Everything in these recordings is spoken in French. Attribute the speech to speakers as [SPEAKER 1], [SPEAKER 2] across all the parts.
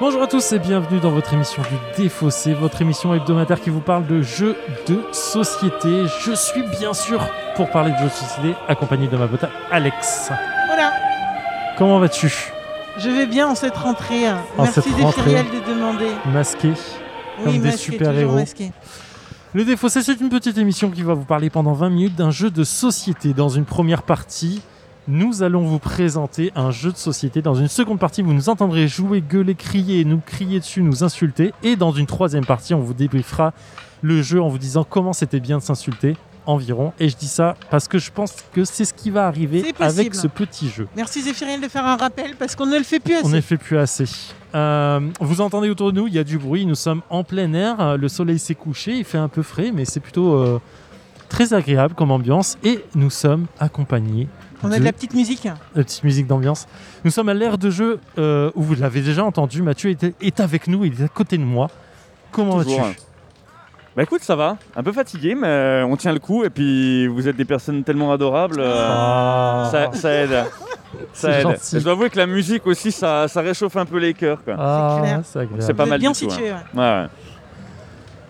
[SPEAKER 1] Bonjour à tous et bienvenue dans votre émission du Défaussé, votre émission hebdomadaire qui vous parle de jeux de société. Je suis bien sûr pour parler de jeux de société accompagné de ma pote Alex.
[SPEAKER 2] Voilà,
[SPEAKER 1] Comment vas-tu
[SPEAKER 2] je vais bien en cette rentrée. hein.
[SPEAKER 1] En
[SPEAKER 2] Merci
[SPEAKER 1] cette
[SPEAKER 2] des
[SPEAKER 1] rentrée.
[SPEAKER 2] Cyrielles de demander.
[SPEAKER 1] Masqué Comme des
[SPEAKER 2] masqué, toujours
[SPEAKER 1] super-héros.
[SPEAKER 2] masqué.
[SPEAKER 1] Le Défaussé, c'est une petite émission qui va vous parler pendant 20 minutes d'un jeu de société. Dans une première partie, nous allons vous présenter un jeu de société. Dans une seconde partie, vous nous entendrez jouer, gueuler, crier, nous crier dessus, nous insulter. Et dans une troisième partie, on vous débriefera le jeu en vous disant comment c'était bien de s'insulter environ. Et je dis ça parce que je pense que c'est ce qui va arriver
[SPEAKER 2] C'est
[SPEAKER 1] avec
[SPEAKER 2] possible.
[SPEAKER 1] ce petit jeu.
[SPEAKER 2] Merci Zéphiriel de faire un rappel parce qu'on ne le fait plus
[SPEAKER 1] On
[SPEAKER 2] assez.
[SPEAKER 1] ne fait plus assez. Euh, vous entendez autour de nous, il y a du bruit, nous sommes en plein air, euh, le soleil s'est couché, il fait un peu frais, mais c'est plutôt euh, très agréable comme ambiance. Et nous sommes accompagnés
[SPEAKER 2] On a de la petite musique.
[SPEAKER 1] la petite musique d'ambiance. Nous sommes à l'ère de jeu euh, où vous l'avez déjà entendu, Mathieu était- est avec nous, il est à côté de moi. Comment vas-tu
[SPEAKER 3] Toujours. Bah écoute, ça va. Un peu fatigué, mais euh, on tient le coup. Et puis, vous êtes des personnes tellement adorables. euh,
[SPEAKER 1] Ah,
[SPEAKER 3] ça, ça aide. Ça
[SPEAKER 1] C'est
[SPEAKER 3] aide.
[SPEAKER 1] gentil.
[SPEAKER 3] Et Je dois avouer que la musique aussi, ça, ça réchauffe un peu les cœurs. Quoi.
[SPEAKER 1] Ah,
[SPEAKER 2] C'est clair.
[SPEAKER 1] c'est agréable.
[SPEAKER 3] C'est pas
[SPEAKER 2] Vous êtes
[SPEAKER 3] mal
[SPEAKER 2] bien
[SPEAKER 3] du tout, hein.
[SPEAKER 2] situé. ouais.
[SPEAKER 3] Ouais, ouais.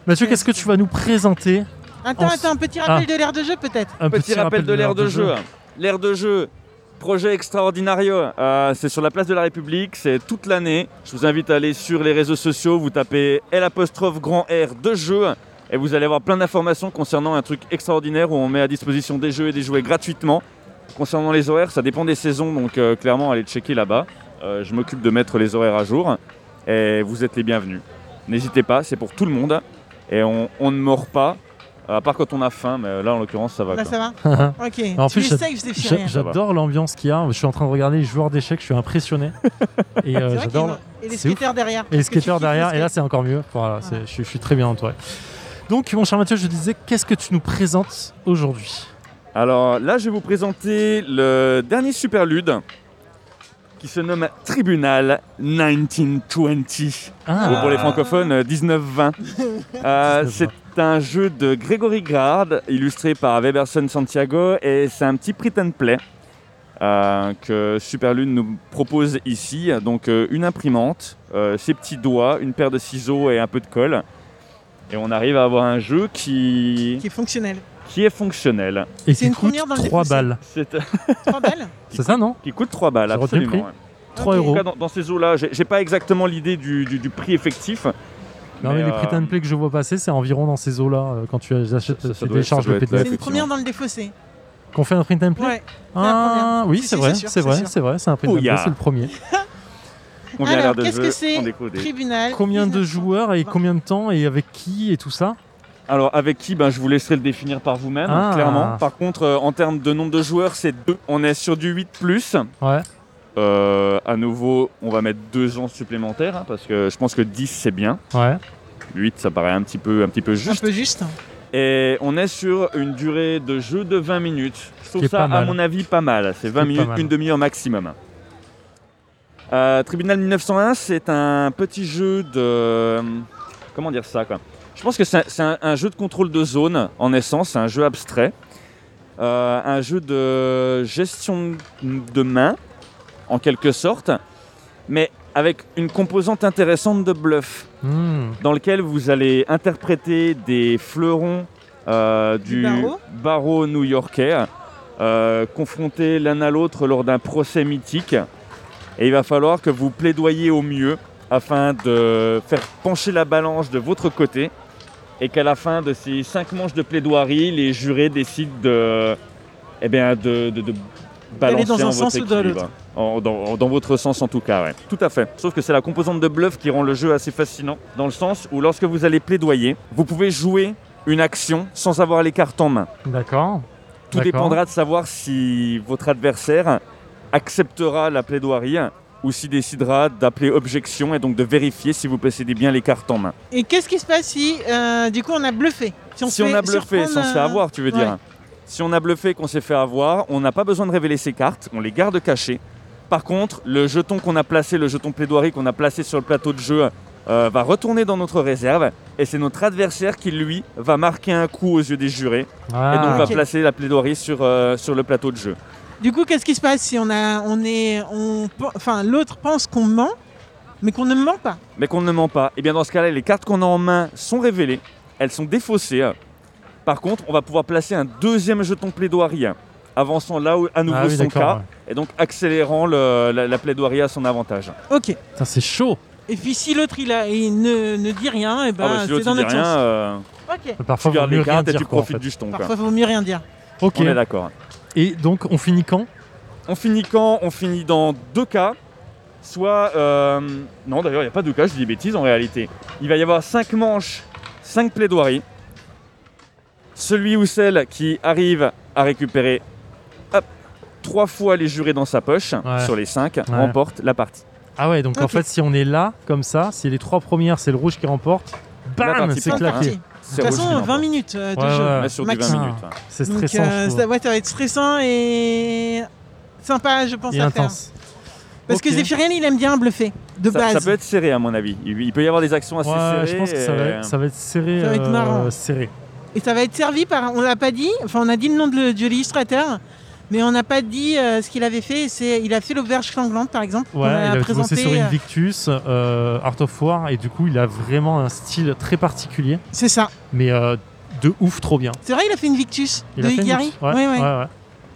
[SPEAKER 1] Mathieu, qu'est-ce que tu vas nous présenter
[SPEAKER 2] Attends,
[SPEAKER 1] On s- Ah.
[SPEAKER 2] attends, un petit rappel de l'air de jeu peut-être.
[SPEAKER 1] Un
[SPEAKER 3] Petit, rappel de l'ère de jeu. L'ère de jeu, projet extraordinario. Euh, c'est sur la place de la République, c'est toute l'année. Je vous invite à aller sur les réseaux sociaux, vous tapez L apostrophe grand R de jeu. Et vous allez avoir plein d'informations concernant un truc extraordinaire où on met à disposition des jeux et des jouets gratuitement. Concernant les horaires, ça dépend des saisons, donc euh, clairement allez checker là-bas. Euh, je m'occupe de mettre les horaires à jour et vous êtes les bienvenus. N'hésitez pas, c'est pour tout le monde et on, on ne mord pas, à part quand on a faim, mais là en l'occurrence ça va.
[SPEAKER 2] Là
[SPEAKER 3] quoi.
[SPEAKER 2] ça va Ok.
[SPEAKER 1] En
[SPEAKER 2] tu
[SPEAKER 1] plus,
[SPEAKER 2] es
[SPEAKER 1] j'a-
[SPEAKER 2] safe
[SPEAKER 1] J'a-
[SPEAKER 2] Zéphiriel.
[SPEAKER 1] J'adore l'ambiance qu'il y a. Je suis en train de regarder les joueurs d'échecs, je suis impressionné. Et euh,
[SPEAKER 2] C'est vrai
[SPEAKER 1] j'adore.
[SPEAKER 2] qu'il y en a- Et les
[SPEAKER 1] C'est ouf.
[SPEAKER 2] skateurs derrière.
[SPEAKER 1] Et les
[SPEAKER 2] Est-ce que tu
[SPEAKER 1] skateurs
[SPEAKER 2] kiffes
[SPEAKER 1] derrière,
[SPEAKER 2] les
[SPEAKER 1] et là
[SPEAKER 2] skates
[SPEAKER 1] c'est encore mieux. Voilà, c'est-
[SPEAKER 2] Voilà.
[SPEAKER 1] Je, suis- je suis très bien entouré. Donc, mon cher Mathieu, je disais, qu'est-ce que tu nous présentes aujourd'hui
[SPEAKER 3] Alors là, je vais vous présenter le dernier superlude qui se nomme Tribunal 1920.
[SPEAKER 1] Ah,
[SPEAKER 3] Ou pour les francophones, euh, 1920. Euh,
[SPEAKER 1] 1920.
[SPEAKER 3] c'est un jeu de Grégory Grard, illustré par Weberson Santiago, et c'est un petit print and play euh, que Superlune nous propose ici. Donc euh, une imprimante, euh, ses petits doigts, une paire de ciseaux et un peu de colle. Et on arrive à avoir un jeu qui,
[SPEAKER 2] Qui est fonctionnel.
[SPEAKER 3] qui est fonctionnel.
[SPEAKER 1] Et
[SPEAKER 2] C'est
[SPEAKER 1] qui
[SPEAKER 2] une
[SPEAKER 1] coûte
[SPEAKER 2] première dans le
[SPEAKER 1] 3
[SPEAKER 2] défoncé.
[SPEAKER 1] balles.
[SPEAKER 3] C'est
[SPEAKER 2] Trois balles
[SPEAKER 1] C'est ça, non
[SPEAKER 3] qui coûte 3 balles,
[SPEAKER 1] J'ai retenu le Oh.
[SPEAKER 3] absolument. ouais.
[SPEAKER 1] 3
[SPEAKER 2] Ok.
[SPEAKER 3] En tout
[SPEAKER 1] euros.
[SPEAKER 3] cas, dans, dans ces eaux-là, j'ai j'ai pas exactement l'idée du, du- du prix effectif.
[SPEAKER 1] Non, mais les
[SPEAKER 3] euh,
[SPEAKER 1] print and play que je vois passer, c'est environ dans ces eaux-là. euh, Quand tu achètes,
[SPEAKER 3] Ça- ça
[SPEAKER 1] tu
[SPEAKER 3] doit être- ça
[SPEAKER 1] télécharges
[SPEAKER 3] doit
[SPEAKER 1] le
[SPEAKER 3] être
[SPEAKER 1] PDF.
[SPEAKER 3] là.
[SPEAKER 2] C'est une première dans le défaussé.
[SPEAKER 1] Qu'on fait un print and play
[SPEAKER 2] Ouais.
[SPEAKER 1] Ah,
[SPEAKER 2] première.
[SPEAKER 1] oui,
[SPEAKER 2] Si,
[SPEAKER 1] c'est
[SPEAKER 2] si,
[SPEAKER 1] vrai,
[SPEAKER 2] c'est sûr,
[SPEAKER 1] c'est
[SPEAKER 2] c'est
[SPEAKER 1] vrai,
[SPEAKER 2] sûr. Oh,
[SPEAKER 1] c'est vrai. C'est un print and play,
[SPEAKER 3] Ouya.
[SPEAKER 1] c'est le premier.
[SPEAKER 3] On vient à l'ère
[SPEAKER 2] Alors,
[SPEAKER 3] de
[SPEAKER 2] qu'est-ce
[SPEAKER 3] jeu,
[SPEAKER 2] que c'est
[SPEAKER 3] on découvre des-
[SPEAKER 2] Tribunal.
[SPEAKER 1] Combien de
[SPEAKER 2] 1920.
[SPEAKER 1] joueurs et combien de temps et avec qui et tout ça
[SPEAKER 3] Alors, avec qui ben, Je vous laisserai le définir par vous-même,
[SPEAKER 1] Ah.
[SPEAKER 3] clairement. Par contre, euh, en termes de nombre de joueurs, c'est 2. On est sur du 8+.
[SPEAKER 1] Ouais.
[SPEAKER 3] Euh, à nouveau, on va mettre 2 ans supplémentaires, hein, parce que je pense que 10, c'est bien.
[SPEAKER 1] Ouais.
[SPEAKER 3] 8, ça paraît un petit peu, un petit peu
[SPEAKER 2] Un
[SPEAKER 3] juste.
[SPEAKER 2] peu juste.
[SPEAKER 3] Et on est sur une durée de jeu de 20 minutes. Je
[SPEAKER 1] qui est
[SPEAKER 3] trouve
[SPEAKER 1] pas
[SPEAKER 3] ça, à
[SPEAKER 1] mal.
[SPEAKER 3] mon avis, pas mal. C'est
[SPEAKER 1] qui est
[SPEAKER 3] 20
[SPEAKER 1] pas
[SPEAKER 3] minutes,
[SPEAKER 1] mal.
[SPEAKER 3] une demi-heure maximum. Euh, Tribunal 1901, c'est un petit jeu de... Comment dire ça, quoi Je pense que c'est un- c'est un, un jeu de contrôle de zone, en essence. C'est un jeu abstrait. Euh, un jeu de gestion de main, en quelque sorte. Mais avec une composante intéressante de bluff
[SPEAKER 1] Hmm.
[SPEAKER 3] dans lequel vous allez interpréter des fleurons euh,
[SPEAKER 2] Du
[SPEAKER 3] du,
[SPEAKER 2] barreau.
[SPEAKER 3] barreau new-yorkais, euh, confrontés l'un à l'autre lors d'un procès mythique. Et il va falloir que vous plaidoyiez au mieux afin de faire pencher la balance de votre côté et qu'à la fin de ces cinq manches de plaidoirie, les jurés décident de, eh bien, de, de- de balancer
[SPEAKER 2] dans un
[SPEAKER 3] en votre
[SPEAKER 2] sens ou dans
[SPEAKER 3] équilibre. En- dans, dans votre sens en tout cas, ouais. Tout à fait. Sauf que c'est la composante de bluff qui rend le jeu assez fascinant, dans le sens où lorsque vous allez plaidoyer, vous pouvez jouer une action sans avoir les cartes en main.
[SPEAKER 1] D'accord.
[SPEAKER 3] Tout
[SPEAKER 1] D'accord.
[SPEAKER 3] dépendra de savoir si votre adversaire acceptera la plaidoirie ou s'il décidera d'appeler objection et donc de vérifier si vous possédez bien les cartes en main.
[SPEAKER 2] Et qu'est-ce qui se passe si, euh, du coup, on a bluffé
[SPEAKER 3] si on a bluffé, si on se fait avoir, tu veux
[SPEAKER 2] ouais.
[SPEAKER 3] dire. Si on a bluffé, qu'on s'est fait avoir, on n'a pas besoin de révéler ses cartes, on les garde cachées. Par contre, le jeton qu'on a placé, le jeton plaidoirie qu'on a placé sur le plateau de jeu, euh, va retourner dans notre réserve et c'est notre adversaire qui, lui, va marquer un coup aux yeux des jurés et donc
[SPEAKER 1] Ah.
[SPEAKER 3] va
[SPEAKER 2] ok.
[SPEAKER 3] placer la plaidoirie sur, euh, sur le plateau de jeu.
[SPEAKER 2] Du coup, qu'est-ce qui se passe si on a, on est, on, pe- enfin, l'autre pense qu'on ment Mais qu'on ne ment pas.
[SPEAKER 3] mais qu'on ne ment pas. Et bien dans ce cas-là, les cartes qu'on a en main sont révélées, elles sont défaussées. Par contre, on va pouvoir placer un deuxième jeton plaidoirie, avançant là où à nouveau
[SPEAKER 1] Ah oui,
[SPEAKER 3] son
[SPEAKER 1] d'accord.
[SPEAKER 3] cas,
[SPEAKER 1] ouais.
[SPEAKER 3] et donc accélérant le- la, la plaidoirie à son avantage. Ah
[SPEAKER 2] Ok.
[SPEAKER 1] Putain, c'est chaud.
[SPEAKER 2] Et puis si l'autre il, a- il ne, ne dit rien, et ben
[SPEAKER 3] ah bah, si
[SPEAKER 2] c'est
[SPEAKER 3] l'autre
[SPEAKER 2] dans
[SPEAKER 3] ne dit
[SPEAKER 2] notre
[SPEAKER 3] rien,
[SPEAKER 2] sens.
[SPEAKER 3] euh,
[SPEAKER 2] Ok.
[SPEAKER 1] Parfois,
[SPEAKER 3] tu
[SPEAKER 1] il vaut
[SPEAKER 3] gardes les
[SPEAKER 1] mieux rien
[SPEAKER 3] cartes et tu
[SPEAKER 1] dire. quoi, en
[SPEAKER 3] profites
[SPEAKER 1] fait.
[SPEAKER 3] du jeton. quoi.
[SPEAKER 2] Parfois, il vaut mieux rien dire.
[SPEAKER 1] Ok.
[SPEAKER 3] On est d'accord.
[SPEAKER 1] Et donc, on finit quand
[SPEAKER 3] On finit quand On finit dans deux cas. Soit. euh, non, d'ailleurs, il n'y a pas deux cas, je dis des bêtises en réalité. Il va y avoir cinq manches, cinq plaidoiries. Celui ou celle qui arrive à récupérer hop, trois fois les jurés dans sa poche,
[SPEAKER 1] Ouais.
[SPEAKER 3] sur les cinq, remporte la partie.
[SPEAKER 1] Ah ouais, donc en
[SPEAKER 2] Ok.
[SPEAKER 1] fait, si on est là, comme ça, si les trois premières, c'est le rouge qui remporte, bam,
[SPEAKER 3] partie
[SPEAKER 1] c'est
[SPEAKER 2] Fin de
[SPEAKER 1] claqué.
[SPEAKER 2] partie. De toute façon, 20 minutes euh, de
[SPEAKER 1] Ouais,
[SPEAKER 2] jeu.
[SPEAKER 1] ouais.
[SPEAKER 3] Là, sur du
[SPEAKER 2] Max.
[SPEAKER 3] 20 minutes. hein.
[SPEAKER 1] C'est
[SPEAKER 2] Donc,
[SPEAKER 1] stressant.
[SPEAKER 2] euh,
[SPEAKER 1] je trouve.
[SPEAKER 2] ça, ouais, ça va être stressant et sympa, je pense,
[SPEAKER 1] Et
[SPEAKER 2] à
[SPEAKER 1] intense.
[SPEAKER 2] faire. Parce
[SPEAKER 1] Ok.
[SPEAKER 2] que Zéphirien, il aime bien bluffer, de
[SPEAKER 3] Ça,
[SPEAKER 2] base.
[SPEAKER 3] ça peut être serré, à mon avis. Il, il peut y avoir des actions assez
[SPEAKER 1] Ouais,
[SPEAKER 3] serrées.
[SPEAKER 1] je pense que ça va,
[SPEAKER 3] et-
[SPEAKER 1] être, ça va être serré.
[SPEAKER 2] Ça va être
[SPEAKER 1] euh,
[SPEAKER 2] marrant.
[SPEAKER 1] serré.
[SPEAKER 2] Et ça va être servi par. On l'a pas dit, enfin, on a dit le nom de, le- de l'illustrateur, mais on n'a pas dit euh, ce qu'il avait fait. C'est, il a fait l'auberge sanglante, par exemple.
[SPEAKER 1] Ouais, il
[SPEAKER 2] on a
[SPEAKER 1] avait bossé
[SPEAKER 2] présenté.
[SPEAKER 1] sur
[SPEAKER 2] euh,
[SPEAKER 1] Invictus, euh, Art of War, et du coup, il a vraiment un style très particulier,
[SPEAKER 2] c'est ça.
[SPEAKER 1] mais euh, de ouf, trop bien.
[SPEAKER 2] C'est vrai, il a fait une Victus
[SPEAKER 1] Il
[SPEAKER 2] de
[SPEAKER 1] a fait une
[SPEAKER 2] Igari.
[SPEAKER 1] mix- ouais,
[SPEAKER 2] Ouais, ouais.
[SPEAKER 1] ouais, ouais.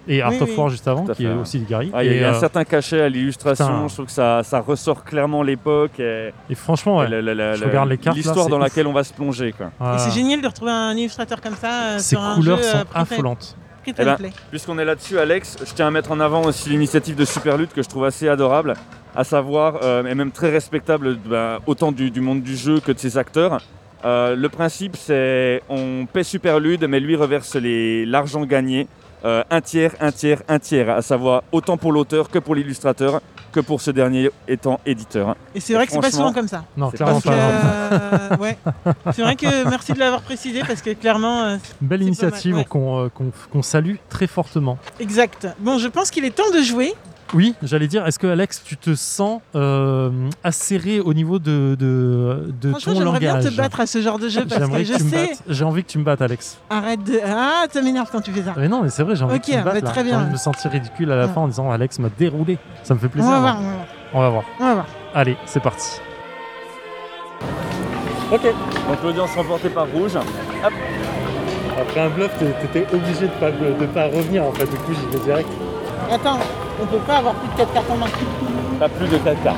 [SPEAKER 1] Et Art
[SPEAKER 2] Oui,
[SPEAKER 1] of
[SPEAKER 2] oui.
[SPEAKER 1] War juste avant,
[SPEAKER 3] Tout à
[SPEAKER 1] qui
[SPEAKER 3] fait,
[SPEAKER 1] est
[SPEAKER 3] ouais.
[SPEAKER 1] aussi d'Igari.
[SPEAKER 3] Ah, il y a, il
[SPEAKER 1] et,
[SPEAKER 3] y a un
[SPEAKER 1] euh,
[SPEAKER 3] certain cachet à
[SPEAKER 1] putain.
[SPEAKER 3] l'illustration. Je trouve que ça, ça ressort clairement l'époque. et-
[SPEAKER 1] et franchement, ouais.
[SPEAKER 3] La- la- la-
[SPEAKER 1] Je
[SPEAKER 3] la-
[SPEAKER 1] regarde les cartes, là,
[SPEAKER 3] L'histoire
[SPEAKER 1] c'est
[SPEAKER 3] dans
[SPEAKER 1] ouf.
[SPEAKER 3] laquelle on va se plonger. Quoi.
[SPEAKER 1] ouais.
[SPEAKER 2] Et c'est génial de retrouver un illustrateur comme ça euh,
[SPEAKER 1] Ses
[SPEAKER 2] sur un
[SPEAKER 1] couleurs
[SPEAKER 2] jeu
[SPEAKER 1] sont
[SPEAKER 2] euh, print and-
[SPEAKER 1] affolantes.
[SPEAKER 2] print
[SPEAKER 3] Eh
[SPEAKER 2] and
[SPEAKER 3] ben,
[SPEAKER 2] play.
[SPEAKER 3] Puisqu'on est là-dessus, Alex, je tiens à mettre en avant aussi l'initiative de Superlutte que je trouve assez adorable, à savoir, euh, et même très respectable, bah, autant du, du monde du jeu que de ses acteurs. Euh, le principe, c'est on paie Superlude, mais lui reverse les- l'argent gagné. euh, un tiers, un tiers, un tiers, à savoir autant pour l'auteur que pour l'illustrateur, que pour ce dernier étant éditeur.
[SPEAKER 2] Et c'est vrai que c'est pas
[SPEAKER 3] franchement,
[SPEAKER 2] souvent comme ça.
[SPEAKER 1] Non,
[SPEAKER 3] c'est
[SPEAKER 1] clairement
[SPEAKER 2] Parce
[SPEAKER 1] pas.
[SPEAKER 2] que,
[SPEAKER 1] non.
[SPEAKER 2] euh, ouais. C'est vrai que merci de l'avoir précisé parce que clairement, euh,
[SPEAKER 1] Belle
[SPEAKER 2] c'est pas
[SPEAKER 1] initiative
[SPEAKER 2] mal, ouais.
[SPEAKER 1] qu'on euh, qu'on- qu'on salue très fortement.
[SPEAKER 2] exact. Bon, je pense qu'il est temps de jouer.
[SPEAKER 1] Oui, j'allais dire, est-ce que Alex, tu te sens euh, acéré au niveau de, de, de
[SPEAKER 2] Franchement,
[SPEAKER 1] ton
[SPEAKER 2] j'aimerais bien
[SPEAKER 1] langage
[SPEAKER 2] te battre à ce genre de jeu parce
[SPEAKER 1] J'aimerais
[SPEAKER 2] que
[SPEAKER 1] que
[SPEAKER 2] je
[SPEAKER 1] tu me
[SPEAKER 2] sais.
[SPEAKER 1] battes. J'ai envie que tu me battes, Alex.
[SPEAKER 2] Arrête de. Ah, ça m'énerve quand tu fais ça.
[SPEAKER 1] Mais non, mais c'est vrai, j'ai envie
[SPEAKER 2] Ok,
[SPEAKER 1] que tu me battes.
[SPEAKER 2] bah,
[SPEAKER 1] là.
[SPEAKER 2] très bien.
[SPEAKER 1] J'ai envie de me sentir ridicule à la
[SPEAKER 2] Ouais.
[SPEAKER 1] fin en disant Alex m'a déroulé. Ça me fait
[SPEAKER 2] On
[SPEAKER 1] plaisir.
[SPEAKER 2] va
[SPEAKER 1] hein.
[SPEAKER 2] voir, on va voir,
[SPEAKER 1] On va voir.
[SPEAKER 2] on va voir.
[SPEAKER 1] Allez, c'est parti.
[SPEAKER 3] Ok. Donc l'audience remportée par Rouge.
[SPEAKER 1] Après un bluff, t'étais obligé de pas, de pas revenir en fait. Du coup, j'y vais direct.
[SPEAKER 2] Attends, on peut pas avoir plus de 4 cartes en main.
[SPEAKER 3] Pas plus de 4 cartes.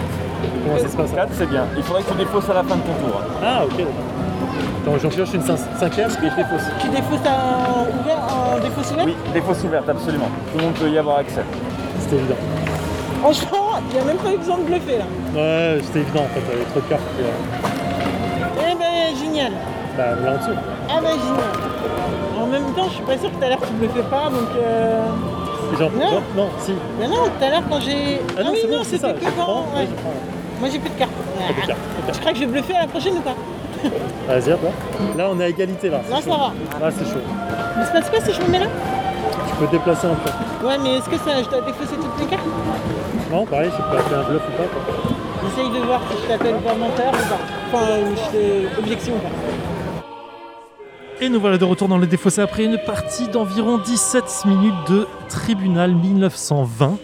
[SPEAKER 1] Comment ça se passe
[SPEAKER 3] 4, c'est bien. Il faudrait que tu défausses à la fin de ton tour.
[SPEAKER 1] Ah, ok. Attends, j'en cherche une cinquième qui était fausse.
[SPEAKER 2] Tu défausses en ouvert, en défausse ouvert
[SPEAKER 3] Oui, des fausses ouvertes, absolument. Tout le monde peut y avoir accès.
[SPEAKER 1] C'était évident.
[SPEAKER 2] Franchement, il n'y a même pas eu besoin de bluffer là.
[SPEAKER 1] Ouais, c'était évident en fait, avec trop de cartes. euh,
[SPEAKER 2] Eh ben, génial.
[SPEAKER 1] Bah, là en dessous.
[SPEAKER 2] Ah ben, génial. En même temps, je suis pas sûr que tout à l'heure tu bluffais pas donc. Euh...
[SPEAKER 1] Genre,
[SPEAKER 2] Non. genre,
[SPEAKER 1] non, si.
[SPEAKER 2] Mais non, tout à l'heure quand j'ai. Ah, oui, non, c'était que quand. ouais.
[SPEAKER 1] prends.
[SPEAKER 2] Moi j'ai plus de cartes. Tu crois que je vais bluffer à la prochaine ou pas
[SPEAKER 1] Vas-y, hop. Là, on est à égalité là.
[SPEAKER 2] Là ça va.
[SPEAKER 1] Là, c'est chaud.
[SPEAKER 2] Mais se passe quoi si je me mets là
[SPEAKER 1] Tu peux déplacer un peu.
[SPEAKER 2] Ouais mais est-ce que ça, je dois défausser toutes les cartes
[SPEAKER 1] Non, pareil, je peux faire un bluff ou pas. Quoi.
[SPEAKER 2] J'essaye de voir si je t'appelle pas menteur ou pas. Enfin, euh, ou je fais objection ou pas.
[SPEAKER 1] Et nous voilà de retour dans le défaussé après une partie d'environ 17 minutes de Tribunal 1920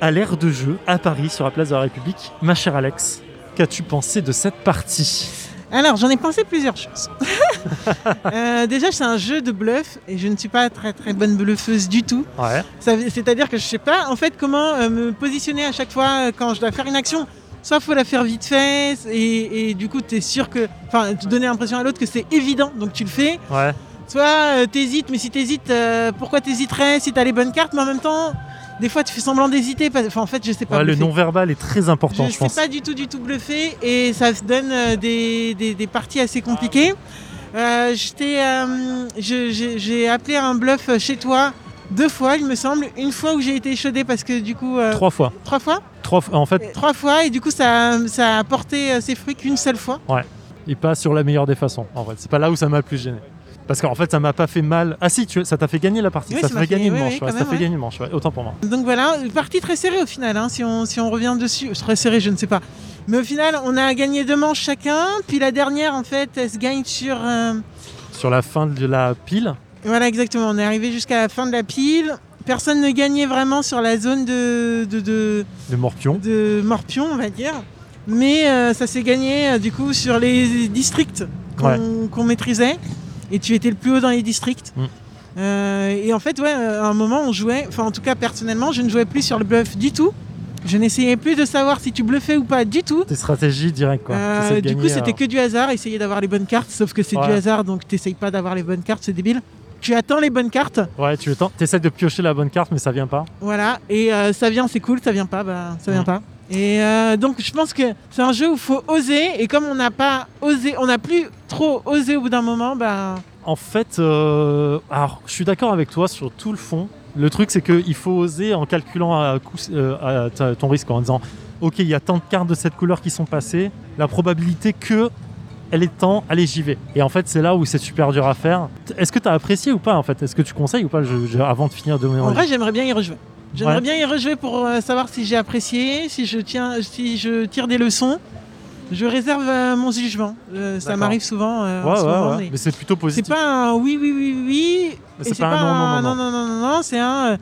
[SPEAKER 1] à l'ère de jeu à Paris sur la place de la République. Ma chère Alex, qu'as-tu pensé de cette partie
[SPEAKER 2] Alors j'en ai pensé plusieurs choses. Euh, déjà c'est un jeu de bluff et je ne suis pas très très bonne bluffeuse du tout.
[SPEAKER 1] Ouais.
[SPEAKER 2] Ça veut- C'est-à-dire que je sais pas en fait comment euh, me positionner à chaque fois euh, quand je dois faire une action. Soit faut la faire vite fait et, et du coup t'es sûr que, enfin, te donner l'impression à l'autre que c'est évident donc tu le fais.
[SPEAKER 1] Ouais.
[SPEAKER 2] Soit euh, t'hésites, mais si t'hésites, euh, pourquoi t'hésiterais si t'as les bonnes cartes Mais en même temps, des fois tu fais semblant d'hésiter. parce- Enfin, en fait, je sais pas.
[SPEAKER 1] Ouais, Ah, le
[SPEAKER 2] bluffer.
[SPEAKER 1] non-verbal est très important,
[SPEAKER 2] Ah, je
[SPEAKER 1] je,
[SPEAKER 2] sais
[SPEAKER 1] pense.
[SPEAKER 2] pas du tout, du tout bluffer et ça se donne euh, des, des- des parties assez compliquées. Euh, je t'ai, euh, je- j'ai j'ai appelé un bluff chez toi deux fois, il me semble. Une fois où j'ai été échaudée parce que du coup. euh,
[SPEAKER 1] Trois fois.
[SPEAKER 2] trois fois
[SPEAKER 1] Trois fois. En fait,
[SPEAKER 2] Trois fois et du coup ça, ça a porté euh, ses fruits qu'une seule fois.
[SPEAKER 1] et pas sur la meilleure des façons. En fait, c'est pas là où ça m'a le plus gêné. Parce qu'en fait, ça m'a pas fait mal. Ah si, tu... ça t'a fait gagner la partie.
[SPEAKER 2] Oui,
[SPEAKER 1] ça
[SPEAKER 2] ça
[SPEAKER 1] t'a fait
[SPEAKER 2] m'a fait-
[SPEAKER 1] gagner une
[SPEAKER 2] oui,
[SPEAKER 1] manche.
[SPEAKER 2] oui,
[SPEAKER 1] ouais,
[SPEAKER 2] quand
[SPEAKER 1] ça
[SPEAKER 2] même,
[SPEAKER 1] fait
[SPEAKER 2] ouais.
[SPEAKER 1] gagner une manche. ouais, Autant pour moi.
[SPEAKER 2] Donc voilà, une partie très serrée au final, hein, si, on, si on revient dessus, très serrée, je ne sais pas. Mais au final, on a gagné deux manches chacun, puis la dernière, en fait, elle se gagne sur... euh,
[SPEAKER 1] Sur la fin de la pile,
[SPEAKER 2] Voilà, exactement, on est arrivé jusqu'à la fin de la pile. Personne ne gagnait vraiment sur la zone de, de, de,
[SPEAKER 1] le morpion.
[SPEAKER 2] de Morpion, on va dire. mais euh, ça s'est gagné euh, du coup sur les districts qu'on
[SPEAKER 1] Ouais.
[SPEAKER 2] qu'on maîtrisait. Et tu étais le plus haut dans les districts.
[SPEAKER 1] Mm.
[SPEAKER 2] Euh, et en fait, ouais, euh, à un moment, on jouait. Enfin, en tout cas, personnellement, je ne jouais plus sur le bluff du tout. Je n'essayais plus de savoir si tu bluffais ou pas du tout.
[SPEAKER 1] Tes stratégies directes, quoi.
[SPEAKER 2] Euh,
[SPEAKER 1] T'essaies de
[SPEAKER 2] du coup,
[SPEAKER 1] gagner,
[SPEAKER 2] Euh, c'était
[SPEAKER 1] alors.
[SPEAKER 2] que du hasard, essayer d'avoir les bonnes cartes, sauf que c'est du
[SPEAKER 1] Ouais.
[SPEAKER 2] hasard, donc t'essayes pas d'avoir les bonnes cartes, c'est débile. Tu attends les bonnes cartes,
[SPEAKER 1] Ouais, tu attends- t'essaies de piocher la bonne carte, mais ça vient pas.
[SPEAKER 2] voilà, et euh, ça vient, c'est cool, ça vient pas, bah, ça vient
[SPEAKER 1] Mm.
[SPEAKER 2] pas. Et euh, donc, je pense que c'est un jeu où faut oser, et comme on n'a pas osé, on n'a plus trop osé au bout d'un moment, bah,
[SPEAKER 1] En fait, euh, alors, je suis d'accord avec toi sur tout le fond. Le truc, c'est qu'il faut oser en calculant à coup- euh, à ta- ton risque, en disant Ok, il y a tant de cartes de cette couleur qui sont passées, la probabilité que elle est tant, allez, j'y vais. Et en fait, c'est là où c'est super dur à faire. T- Est-ce que tu as apprécié ou pas en fait Est-ce que tu conseilles ou pas le jeu- jeu avant de finir de
[SPEAKER 2] en vrai, j'aimerais bien y rejouer. J'aimerais
[SPEAKER 1] Ouais.
[SPEAKER 2] bien y rejouer pour euh, savoir si j'ai apprécié, si je, tiens, si je tire des leçons. Je réserve euh, mon jugement. Euh, ça
[SPEAKER 1] D'accord.
[SPEAKER 2] m'arrive souvent. euh,
[SPEAKER 1] Ouais,
[SPEAKER 2] en ce
[SPEAKER 1] ouais,
[SPEAKER 2] moment,
[SPEAKER 1] ouais.
[SPEAKER 2] mais-
[SPEAKER 1] Mais c'est plutôt
[SPEAKER 2] C'est
[SPEAKER 1] positif.
[SPEAKER 2] pas un oui, oui, oui, oui.
[SPEAKER 1] Mais
[SPEAKER 2] et
[SPEAKER 1] c'est pas un non, non, non,
[SPEAKER 2] non, non, non, non, c'est un. euh,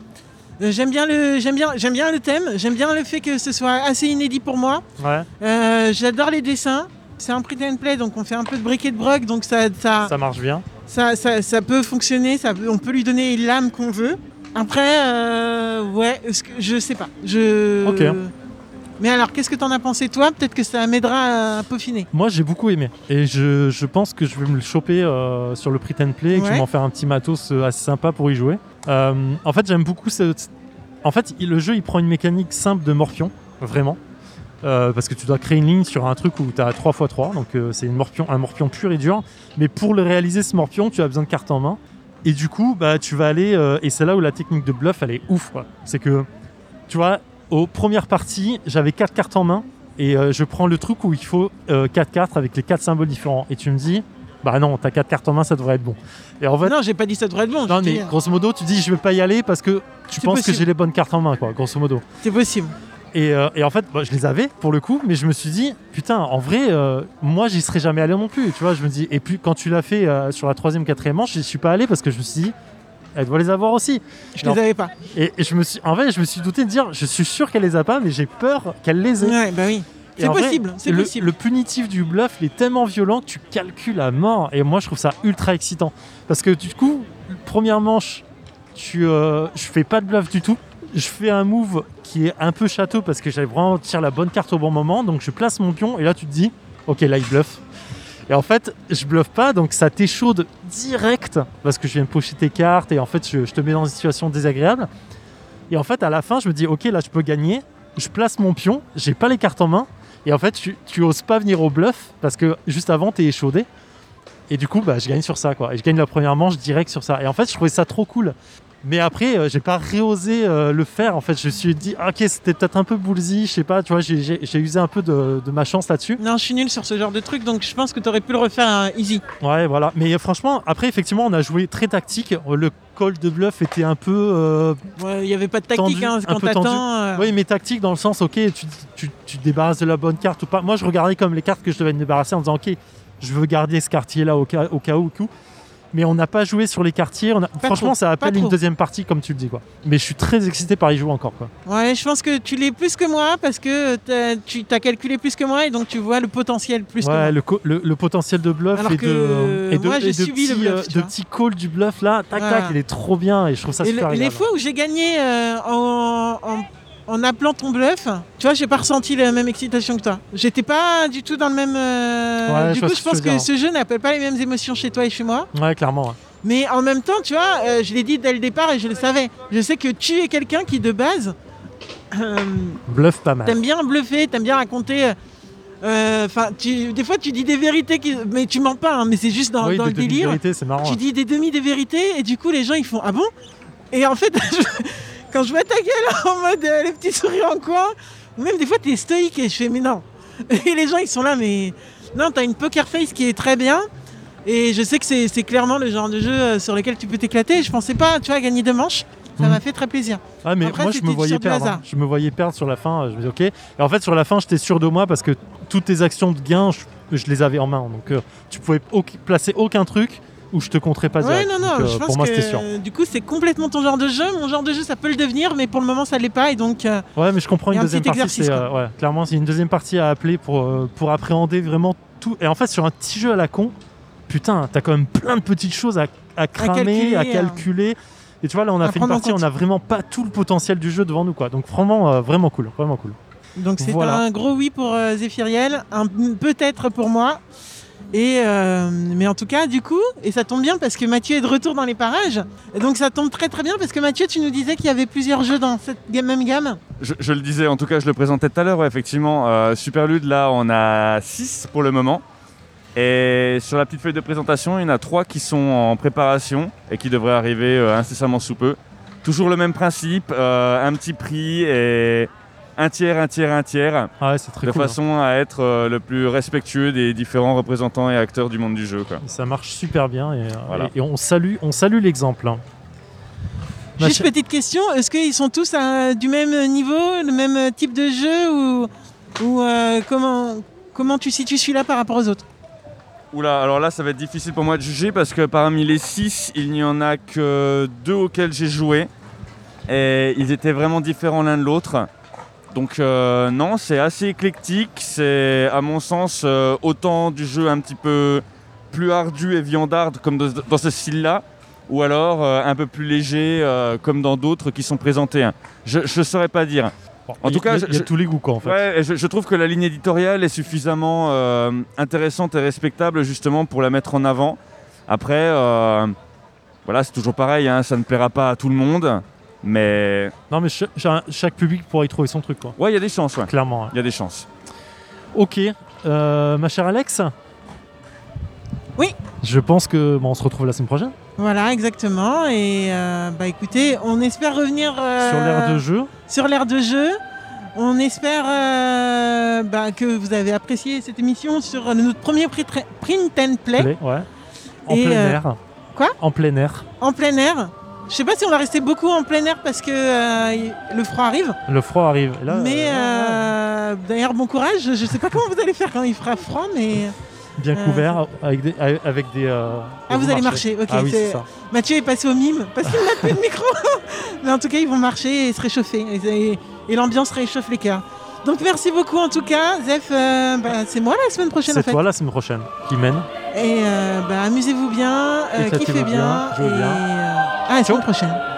[SPEAKER 2] euh, j'aime bien le, j'aime bien, j'aime bien le thème. J'aime bien le fait que ce soit assez inédit pour moi.
[SPEAKER 1] Ouais,
[SPEAKER 2] Euh, j'adore les dessins. C'est un print and play, donc on fait un peu de briquet de broc, donc ça, ça,
[SPEAKER 1] ça marche bien.
[SPEAKER 2] ça, ça- ça peut fonctionner. Ça, peut- on peut lui donner l'âme qu'on veut. Après, euh, ouais, ce que- je sais pas. Je.
[SPEAKER 1] Ok.
[SPEAKER 2] Mais alors, qu'est-ce que t'en as pensé toi Peut-être que ça m'aidera à peaufiner.
[SPEAKER 1] Moi, j'ai beaucoup aimé. Et je, je pense que je vais me le choper euh, sur le Pretend Play et que je vais
[SPEAKER 2] Ouais.
[SPEAKER 1] m'en faire un petit matos euh, assez sympa pour y jouer. Euh, en fait, j'aime beaucoup ce. En fait, il- le jeu, il prend une mécanique simple de morpion, vraiment. Euh, parce que tu dois créer une ligne sur un truc où tu as 3x3, donc euh, c'est une morpion, un morpion pur et dur. Mais pour le réaliser, ce morpion, tu as besoin de cartes en main. Et du coup, bah, tu vas aller. euh, et c'est là où la technique de bluff, elle est ouf. quoi. C'est que, tu vois, aux premières parties, j'avais quatre cartes en main. Et euh, je prends le truc où il faut euh, quatre cartes avec les quatre symboles différents. Et tu me dis, bah non, t'as quatre cartes en main, ça devrait être bon. Et en fait,
[SPEAKER 2] non, j'ai pas dit ça devrait être bon.
[SPEAKER 1] non,
[SPEAKER 2] je dis,
[SPEAKER 1] mais
[SPEAKER 2] euh,
[SPEAKER 1] grosso modo, tu dis je vais pas y aller parce que tu
[SPEAKER 2] C'est
[SPEAKER 1] penses
[SPEAKER 2] possible.
[SPEAKER 1] que j'ai les bonnes cartes en main, quoi, grosso modo.
[SPEAKER 2] c'est possible.
[SPEAKER 1] Et, euh, et en fait, bah, je les avais pour le coup, mais je me suis dit, putain, en vrai, euh, moi, j'y serais jamais allé non plus, tu vois. Je me dis, et puis quand tu l'as fait euh, sur la troisième, quatrième manche, j'y suis pas allé parce que je me suis dit, elle doit les avoir aussi.
[SPEAKER 2] Je
[SPEAKER 1] Non.
[SPEAKER 2] les avais pas.
[SPEAKER 1] Et, et je me suis, en fait, je me suis douté de dire, je suis sûr qu'elle les a pas, mais j'ai peur qu'elle les ait.
[SPEAKER 2] Ouais, bah oui.
[SPEAKER 1] Et
[SPEAKER 2] C'est
[SPEAKER 1] en vrai,
[SPEAKER 2] possible, c'est
[SPEAKER 1] le,
[SPEAKER 2] possible.
[SPEAKER 1] le punitif du bluff, il est tellement violent que tu calcules à mort. Et moi, je trouve ça ultra excitant. Parce que du coup, première manche, tu, euh, je fais pas de bluff du tout. Je fais un move qui est un peu château parce que j'avais vraiment tiré la bonne carte au bon moment. Donc, je place mon pion et là, tu te dis, ok, là, il bluffe. Et en fait, je bluffe pas, donc ça t'échaude direct parce que je viens de pocher tes cartes et en fait, je, je te mets dans une situation désagréable. Et en fait, à la fin, je me dis, ok, là, je peux gagner. Je place mon pion, j'ai pas les cartes en main, et en fait, tu, tu oses pas venir au bluff parce que juste avant, t'es échaudé. Et du coup, bah, je gagne sur ça, quoi. Et je gagne la première manche direct sur ça. Et en fait, je trouvais ça trop cool. Mais après, euh, j'ai pas réosé euh, le faire. En fait, je me suis dit, Ah, ok, c'était peut-être un peu bullsy, je sais pas, tu vois, j'ai- j'ai j'ai usé un peu de, de ma chance là-dessus.
[SPEAKER 2] Non, je suis nul sur ce genre de truc, donc je pense que t'aurais pu le refaire euh, easy.
[SPEAKER 1] Ouais, voilà. Mais euh, franchement, après, effectivement, on a joué très tactique. Le call de bluff était un peu. euh,
[SPEAKER 2] Ouais, Il n'y avait pas de tactique
[SPEAKER 1] Tendu,
[SPEAKER 2] hein,
[SPEAKER 1] un
[SPEAKER 2] quand
[SPEAKER 1] peu tendu.
[SPEAKER 2] t'attends. euh,
[SPEAKER 1] Oui, mais tactique dans le sens, ok, tu, tu, tu te débarrasses de la bonne carte ou pas. Moi, je regardais comme les cartes que je devais me débarrasser en disant, ok, je veux garder ce quartier-là au cas, au cas où. au coup. Mais on n'a pas joué sur les quartiers. on a- Franchement,
[SPEAKER 2] trop,
[SPEAKER 1] ça appelle
[SPEAKER 2] pas
[SPEAKER 1] une
[SPEAKER 2] trop.
[SPEAKER 1] deuxième partie, comme tu le dis. quoi. Mais je suis très excité par y jouer encore. Quoi.
[SPEAKER 2] Ouais, je pense que tu l'es plus que moi parce que t'as- tu t'as calculé plus que moi et donc tu vois le potentiel plus que
[SPEAKER 1] ouais,
[SPEAKER 2] moi.
[SPEAKER 1] le, co- le, le potentiel de bluff
[SPEAKER 2] Alors
[SPEAKER 1] et
[SPEAKER 2] que,
[SPEAKER 1] de, et de,
[SPEAKER 2] moi, j'ai
[SPEAKER 1] et de
[SPEAKER 2] subi le
[SPEAKER 1] petits,
[SPEAKER 2] bluff,
[SPEAKER 1] euh,
[SPEAKER 2] tu
[SPEAKER 1] de
[SPEAKER 2] vois.
[SPEAKER 1] petits calls du bluff là. Tac, tac,
[SPEAKER 2] Voilà.
[SPEAKER 1] il est trop bien et je trouve ça
[SPEAKER 2] Et le-
[SPEAKER 1] super
[SPEAKER 2] les
[SPEAKER 1] agréable.
[SPEAKER 2] fois où j'ai gagné euh, en, en- en appelant ton bluff, tu vois, j'ai pas ressenti la même excitation que toi. J'étais pas du tout dans le même. euh,
[SPEAKER 1] Ouais, je
[SPEAKER 2] du
[SPEAKER 1] vois ce que
[SPEAKER 2] coup, je
[SPEAKER 1] tu
[SPEAKER 2] pense
[SPEAKER 1] veux dire.
[SPEAKER 2] que ce jeu n'appelle pas les mêmes émotions chez toi et chez moi.
[SPEAKER 1] Ouais, clairement. ouais.
[SPEAKER 2] Mais en même temps, tu vois, euh, je l'ai dit dès le départ et je le savais. Je sais que tu es quelqu'un qui, de base, euh,
[SPEAKER 1] Bluff pas mal.
[SPEAKER 2] t'aimes bien bluffer, t'aimes bien raconter. euh, Enfin, tu- des fois, tu dis des vérités, qui- mais tu mens pas, hein, mais c'est juste dans,
[SPEAKER 1] oui,
[SPEAKER 2] dans
[SPEAKER 1] de
[SPEAKER 2] le délire.
[SPEAKER 1] demi-vérité, c'est marrant.
[SPEAKER 2] Tu dis des demi des vérités et du coup, les gens ils font Ah bon Et en fait, je- quand je vois ta gueule en mode euh, les petits sourires en coin, ou même des fois, t'es stoïque et je fais Mais non Et les gens ils sont là, mais non, t'as une poker face qui est très bien. Et je sais que c'est c'est clairement le genre de jeu euh, sur lequel tu peux t'éclater. Je pensais pas, tu vois, gagner deux manches. Ça
[SPEAKER 1] Mhm.
[SPEAKER 2] m'a fait très plaisir.
[SPEAKER 1] Ah mais
[SPEAKER 2] Après,
[SPEAKER 1] moi je me
[SPEAKER 2] c'était
[SPEAKER 1] voyais
[SPEAKER 2] sur du
[SPEAKER 1] perdre. hein.
[SPEAKER 2] hasard.
[SPEAKER 1] Je me voyais perdre sur la fin. euh, Je me dis ok. Et en fait sur la fin j'étais sûr de moi parce que toutes tes actions de gain je, je les avais en main. Donc euh, tu pouvais au- placer aucun truc. où je te compterai pas
[SPEAKER 2] Ouais,
[SPEAKER 1] direct.
[SPEAKER 2] non, non,
[SPEAKER 1] Donc, euh,
[SPEAKER 2] je pense
[SPEAKER 1] pour moi,
[SPEAKER 2] que
[SPEAKER 1] c'était sûr.
[SPEAKER 2] euh, du coup, c'est complètement ton genre de jeu. Mon genre de jeu, ça peut le devenir, mais pour le moment, ça l'est pas. Et donc, euh,
[SPEAKER 1] Ouais, mais je comprends
[SPEAKER 2] Il y
[SPEAKER 1] une
[SPEAKER 2] a un
[SPEAKER 1] deuxième
[SPEAKER 2] petit
[SPEAKER 1] partie.
[SPEAKER 2] exercice,
[SPEAKER 1] c'est, euh, ouais, clairement, c'est une deuxième partie à appeler pour, euh, pour appréhender vraiment tout. Et en fait, sur un petit jeu à la con, putain, t'as quand même plein de petites choses à, à cramer,
[SPEAKER 2] calculer,
[SPEAKER 1] à calculer.
[SPEAKER 2] à-
[SPEAKER 1] Et tu vois, là, on a
[SPEAKER 2] à
[SPEAKER 1] fait une
[SPEAKER 2] prendre en
[SPEAKER 1] partie, on
[SPEAKER 2] compte.
[SPEAKER 1] n'a vraiment pas tout le potentiel du jeu devant nous, quoi. Donc, vraiment, euh, vraiment cool, vraiment cool.
[SPEAKER 2] donc c'est
[SPEAKER 1] Voilà.
[SPEAKER 2] un gros oui pour euh, Zephyriel, un peut-être pour moi. Et euh, mais en tout cas, du coup, et ça tombe bien parce que Mathieu est de retour dans les parages. Et donc ça tombe très très bien parce que Mathieu, tu nous disais qu'il y avait plusieurs jeux dans cette ga- même gamme.
[SPEAKER 3] Je, je le disais, en tout cas, je le présentais tout à l'heure, ouais, effectivement. Euh, Superlude, là, on a 6 pour le moment. Et sur la petite feuille de présentation, il y en a 3 qui sont en préparation et qui devraient arriver euh, incessamment sous peu. Toujours le même principe, euh, un petit prix et un tiers, un tiers, un tiers,
[SPEAKER 1] Ah ouais, c'est très
[SPEAKER 3] de
[SPEAKER 1] cool. hein.
[SPEAKER 3] façon à être euh, le plus respectueux des différents représentants et acteurs du monde du jeu. Quoi.
[SPEAKER 1] hein. Ça marche super bien. Et, euh,
[SPEAKER 3] Voilà.
[SPEAKER 1] et- et on salue, on salue l'exemple. hein. Bah, Ma
[SPEAKER 2] Juste
[SPEAKER 1] chère-
[SPEAKER 2] petite question, est-ce qu'ils sont tous euh, du même niveau, le même type de jeu ou, ou euh, comment, comment tu situes celui-là par rapport aux autres
[SPEAKER 3] Oula, alors là, ça va être difficile pour moi de juger parce que parmi les 6, il n'y en a que deux auxquels j'ai joué. Et ils étaient vraiment différents l'un de l'autre. Donc euh, non, c'est assez éclectique. C'est à mon sens euh, autant du jeu un petit peu plus ardu et viandarde comme dans, dans ce style-là, ou alors euh, un peu plus léger euh, comme dans d'autres qui sont présentés. hein. Je ne saurais pas dire.
[SPEAKER 1] Bon,
[SPEAKER 3] en
[SPEAKER 1] il-
[SPEAKER 3] tout cas,
[SPEAKER 1] il y a- il y,
[SPEAKER 3] je-
[SPEAKER 1] a tous les goûts, quoi, en fait.
[SPEAKER 3] Ouais, et je, je trouve que la ligne éditoriale est suffisamment euh, intéressante et respectable justement pour la mettre en avant. Après, euh, voilà, c'est toujours pareil, hein, ça ne plaira pas à tout le monde, mais
[SPEAKER 1] Non, mais cha- cha- chaque public pourra y trouver son truc, quoi.
[SPEAKER 3] ouais, il y a des chances, ouais.
[SPEAKER 1] Clairement. hein.
[SPEAKER 3] Il y a des chances.
[SPEAKER 1] Ok, euh, ma chère Alex
[SPEAKER 2] Oui.
[SPEAKER 1] Je pense que bon, on se retrouve la semaine prochaine
[SPEAKER 2] Voilà, exactement. Et euh, bah écoutez, on espère revenir euh,
[SPEAKER 1] sur l'ère de jeu.
[SPEAKER 2] sur l'ère de jeu. On espère euh, bah, que vous avez apprécié cette émission sur euh, notre premier pri- tra- print and play
[SPEAKER 1] Play, ouais. En
[SPEAKER 2] Et,
[SPEAKER 1] plein
[SPEAKER 2] euh,
[SPEAKER 1] air.
[SPEAKER 2] quoi
[SPEAKER 1] En plein air.
[SPEAKER 2] en plein air. Je sais pas si on va rester beaucoup en plein air parce que euh, y- le froid arrive.
[SPEAKER 1] Le froid arrive. Et là,
[SPEAKER 2] mais
[SPEAKER 1] euh,
[SPEAKER 2] euh, d'ailleurs, bon courage. Je sais pas comment vous allez faire quand il fera froid, mais
[SPEAKER 1] bien
[SPEAKER 2] euh,
[SPEAKER 1] couvert avec des. Avec des euh,
[SPEAKER 2] ah, vous, allez marcher. Ok.
[SPEAKER 1] Ah oui,
[SPEAKER 2] c'est-
[SPEAKER 1] c'est ça.
[SPEAKER 2] Mathieu est passé au mime parce qu'il n'a plus de micro. Mais en tout cas, ils vont marcher et se réchauffer. Et, et- et l'ambiance réchauffe les cœurs. Donc merci beaucoup en tout cas. Zef, euh, bah, c'est moi la semaine prochaine en
[SPEAKER 1] C'est
[SPEAKER 2] fait.
[SPEAKER 1] toi la semaine prochaine qui mène.
[SPEAKER 2] Et euh, bah, amusez-vous bien, euh,
[SPEAKER 1] Éclatez-vous
[SPEAKER 2] kiffez bien.
[SPEAKER 1] bien, jouez bien.
[SPEAKER 2] et, euh, à la semaine prochaine.